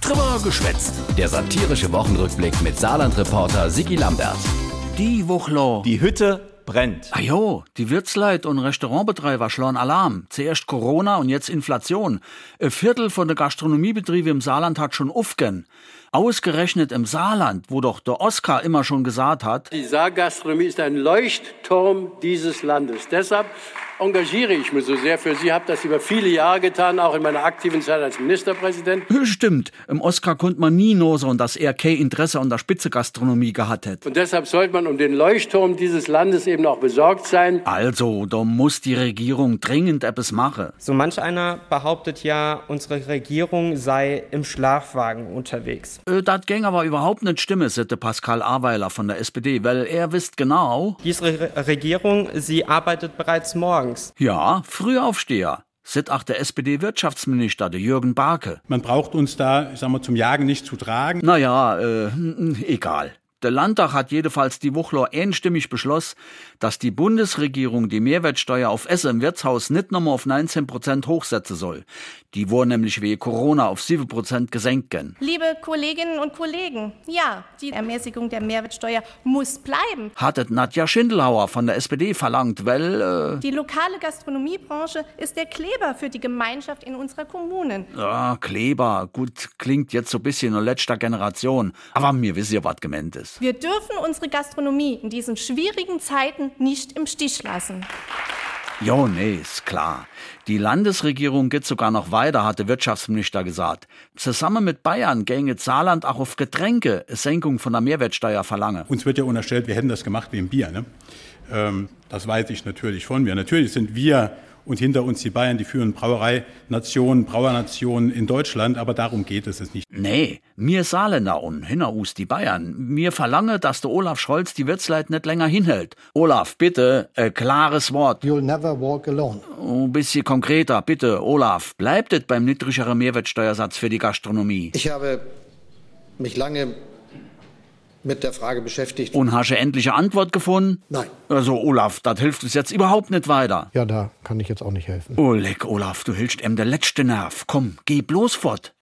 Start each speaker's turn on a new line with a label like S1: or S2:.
S1: Drüber geschwätzt. Der satirische Wochenrückblick mit Saarland-Reporter Sigi Lambert.
S2: Die Wuchlo.
S3: Die Hütte brennt.
S2: Ah jo, die Wirtsleit und Restaurantbetreiber schlagen Alarm. Zuerst Corona und jetzt Inflation. Ein Viertel von der Gastronomiebetriebe im Saarland hat schon aufgehen. Ausgerechnet im Saarland, wo doch der Oscar immer schon gesagt hat,
S4: Die Saargastronomie ist ein Leuchtturm dieses Landes. Deshalb engagiere ich mich so sehr für Sie, habe das über viele Jahre getan, auch in meiner aktiven Zeit als Ministerpräsident.
S2: stimmt, im Oscar konnte man nie nur so, dass er kein Interesse an der Spitzegastronomie gehabt hätte.
S4: Und deshalb sollte man um den Leuchtturm dieses Landes eben auch besorgt sein.
S2: Also, da muss die Regierung dringend etwas machen.
S5: So manch einer behauptet ja, unsere Regierung sei im Schlafwagen unterwegs.
S2: Äh, Das ging aber überhaupt nicht stimme, sitte Pascal Aweiler von der SPD, weil er wisst genau,
S5: Diese Re Regierung, sie arbeitet bereits morgens.
S2: ja, Frühaufsteher. Sitt auch der SPD-Wirtschaftsminister, der Jürgen Barke.
S6: Man braucht uns da, ich sag mal, zum Jagen nicht zu tragen.
S2: Naja, äh, n- n- egal. Der Landtag hat jedenfalls die Wuchler einstimmig beschlossen, dass die Bundesregierung die Mehrwertsteuer auf Essen im Wirtshaus nicht nochmal auf 19 Prozent hochsetzen soll. Die wurde nämlich wegen Corona auf 7 Prozent gesenkt. gen.
S7: Liebe Kolleginnen und Kollegen, ja, die Ermäßigung der Mehrwertsteuer muss bleiben.
S2: Hattet Nadja Schindelhauer von der SPD verlangt, weil, äh,
S7: Die lokale Gastronomiebranche ist der Kleber für die Gemeinschaft in unserer Kommunen.
S2: Ja, Kleber, gut, klingt jetzt so ein bisschen in letzter Generation. Aber mir wisst ihr, was gemeint ist.
S7: Wir dürfen unsere Gastronomie in diesen schwierigen Zeiten nicht im Stich lassen.
S2: Jo, nee, ist klar. Die Landesregierung geht sogar noch weiter, hat der Wirtschaftsminister gesagt. Zusammen mit Bayern gänge Saarland auch auf Getränke eine Senkung von der Mehrwertsteuer verlange.
S6: Uns wird ja unterstellt, wir hätten das gemacht wie im Bier. Ne? Ähm, das weiß ich natürlich von mir. Natürlich sind wir und hinter uns die Bayern die führenden Brauereinationen, Brauernationen in Deutschland, aber darum geht es jetzt nicht.
S2: Nee, mir Saarländer und Hinnerus die Bayern. Mir verlange, dass der Olaf Scholz die Wirtsleit nicht länger hinhält. Olaf, bitte, ein klares Wort.
S8: You'll never walk alone.
S2: Oh, ein bisschen konkreter, bitte, Olaf. Bleibt es beim niedrigeren Mehrwertsteuersatz für die Gastronomie?
S8: Ich habe mich lange mit der Frage beschäftigt.
S2: Und hast du endliche Antwort gefunden?
S8: Nein.
S2: Also, Olaf, das hilft uns jetzt überhaupt nicht weiter.
S9: Ja, da kann ich jetzt auch nicht helfen.
S2: Oh, leck, Olaf, du hilfst ihm der letzte Nerv. Komm, geh bloß fort.